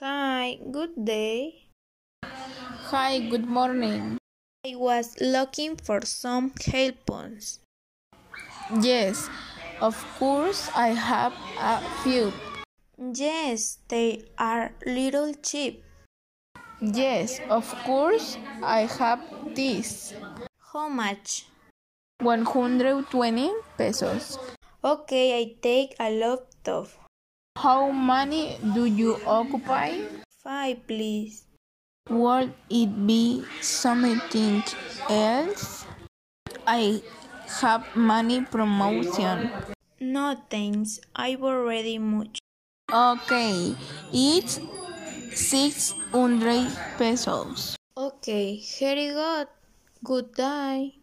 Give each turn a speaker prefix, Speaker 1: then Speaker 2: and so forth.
Speaker 1: Hi, good day.
Speaker 2: Hi, good morning.
Speaker 1: I was looking for some helpers.
Speaker 2: Yes, of course, I have a few.
Speaker 1: Yes, they are little cheap.
Speaker 2: Yes, of course, I have this.
Speaker 1: How much?
Speaker 2: 120 pesos.
Speaker 1: Okay, I take a laptop.
Speaker 2: How many do you occupy?
Speaker 1: Five, please.
Speaker 2: Would it be something else? I have money promotion.
Speaker 1: No thanks, I've already much.
Speaker 2: Okay, it's 600 pesos.
Speaker 1: Okay, here you go. Good day.